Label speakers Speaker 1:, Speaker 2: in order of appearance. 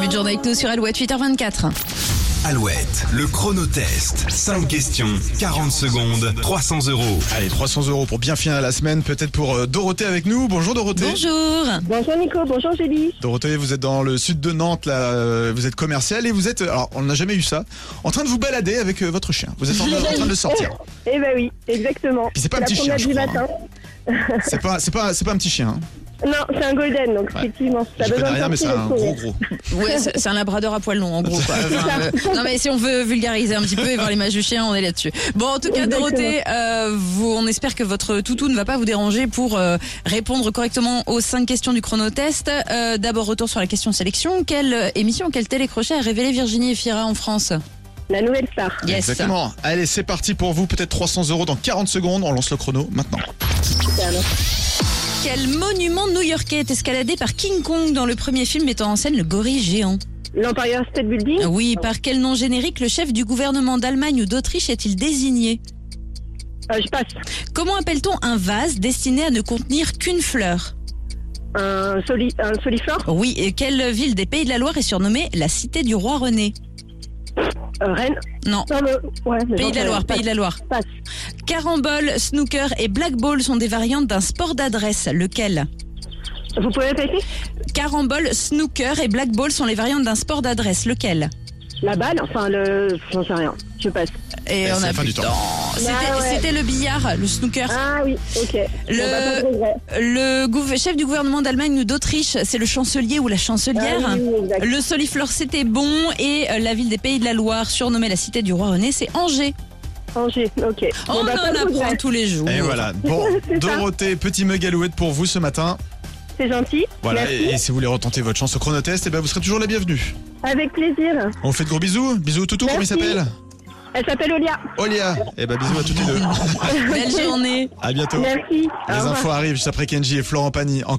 Speaker 1: retourne avec nous sur Alouette 8h24.
Speaker 2: Alouette, le chronotest. 5 questions, 40 secondes, 300 euros.
Speaker 3: Allez, 300 euros pour bien finir la semaine, peut-être pour euh, Dorothée avec nous. Bonjour Dorothée.
Speaker 1: Bonjour.
Speaker 4: Bonjour Nico, bonjour Julie.
Speaker 3: Dorothée, vous êtes dans le sud de Nantes, là, euh, vous êtes commercial et vous êtes, alors on n'a jamais eu ça, en train de vous balader avec euh, votre chien. Vous êtes en, en train de le sortir.
Speaker 4: Eh ben oui, exactement.
Speaker 3: Puis c'est pas un
Speaker 4: la
Speaker 3: petit
Speaker 4: promenade
Speaker 3: chien,
Speaker 4: du
Speaker 3: je crois, hein.
Speaker 4: matin.
Speaker 3: C'est pas, c'est pas, c'est pas un petit chien. hein.
Speaker 4: Non, c'est un golden, donc effectivement, ça
Speaker 3: Je
Speaker 4: besoin
Speaker 3: connais
Speaker 4: de
Speaker 3: rien, mais c'est
Speaker 4: sortir
Speaker 3: un
Speaker 4: le
Speaker 3: gros
Speaker 4: sourire.
Speaker 3: gros.
Speaker 1: Ouais, c'est c'est un labrador à poil long en gros. quoi. Enfin, euh, non mais si on veut vulgariser un petit peu et voir l'image du chien, on est là-dessus. Bon, en tout cas,
Speaker 4: Exactement.
Speaker 1: Dorothée, euh, vous, on espère que votre toutou ne va pas vous déranger pour euh, répondre correctement aux cinq questions du chronotest. Euh, D'abord, retour sur la question sélection. Quelle euh, émission, quel télécrochet a révélé Virginie Efira en France
Speaker 4: La nouvelle star.
Speaker 1: Yes.
Speaker 3: Exactement. Allez, c'est parti pour vous, peut-être 300 euros dans 40 secondes. On lance le chrono maintenant.
Speaker 1: Quel monument new-yorkais est escaladé par King Kong dans le premier film mettant en scène le gorille géant
Speaker 4: L'Empire State Building,
Speaker 1: Ah Oui, par quel nom générique le chef du gouvernement d'Allemagne ou d'Autriche est-il désigné
Speaker 4: euh, je passe.
Speaker 1: Comment appelle-t-on un vase destiné à ne contenir qu'une fleur
Speaker 4: Un, soli, un soliflore,
Speaker 1: Oui, et quelle ville des Pays de la Loire est surnommée la cité du roi René
Speaker 4: euh, Rennes.
Speaker 1: Non,
Speaker 4: Non, mais, ouais, mais
Speaker 1: Pays
Speaker 4: j'en
Speaker 1: de la
Speaker 4: sais
Speaker 1: Loire,
Speaker 4: rien.
Speaker 1: Pays de la Loire.
Speaker 4: Passe.
Speaker 1: Carambole, snooker et blackball sont des variantes d'un sport d'adresse. Lequel
Speaker 4: Passe. Vous pouvez répéter
Speaker 1: Carambole, snooker et blackball sont les variantes d'un sport d'adresse. Lequel
Speaker 4: La balle, enfin le. J'en sais rien, je passe.
Speaker 1: Et
Speaker 3: Eh,
Speaker 1: on
Speaker 3: c'est
Speaker 1: a
Speaker 3: la fin
Speaker 1: plus
Speaker 3: du
Speaker 1: de
Speaker 3: temps.
Speaker 1: temps. Oh, C'était
Speaker 4: Bah ouais.
Speaker 1: c'était le billard, le snooker.
Speaker 4: Ah oui, ok.
Speaker 1: Le-
Speaker 4: Bon, bah, pas de regret.
Speaker 1: Le gouv- chef du gouvernement d'Allemagne ou d'Autriche, c'est le chancelier ou la chancelière.
Speaker 4: Ah oui, oui, exact.
Speaker 1: Le soliflore, c'était bon. Et euh, la ville des Pays de la Loire, surnommée la cité du roi René, c'est Angers.
Speaker 4: Angers, ok. Bon,
Speaker 1: Oh, on
Speaker 4: bah, Eh pas de
Speaker 1: en apprend
Speaker 4: regret.
Speaker 1: tous les jours.
Speaker 3: Et voilà. Bon,
Speaker 4: C'est ça.
Speaker 3: Dorothée, petit mug alouette pour vous ce matin.
Speaker 4: C'est gentil.
Speaker 3: Voilà.
Speaker 4: Merci.
Speaker 3: Et, et si vous voulez retenter votre chance au chronotest, eh ben vous serez toujours la bienvenue.
Speaker 4: Avec plaisir.
Speaker 3: On vous fait de gros bisous. Bisous toutou, comment il
Speaker 4: Merci.
Speaker 3: s'appelle
Speaker 4: Elle s'appelle Olia.
Speaker 3: Olia. Eh ben bisous à toutes les deux.
Speaker 1: Belle journée.
Speaker 3: à bientôt.
Speaker 4: Merci. Au
Speaker 3: Les
Speaker 4: revoir.
Speaker 3: infos arrivent juste après Kenji et Florent Pagny. Encore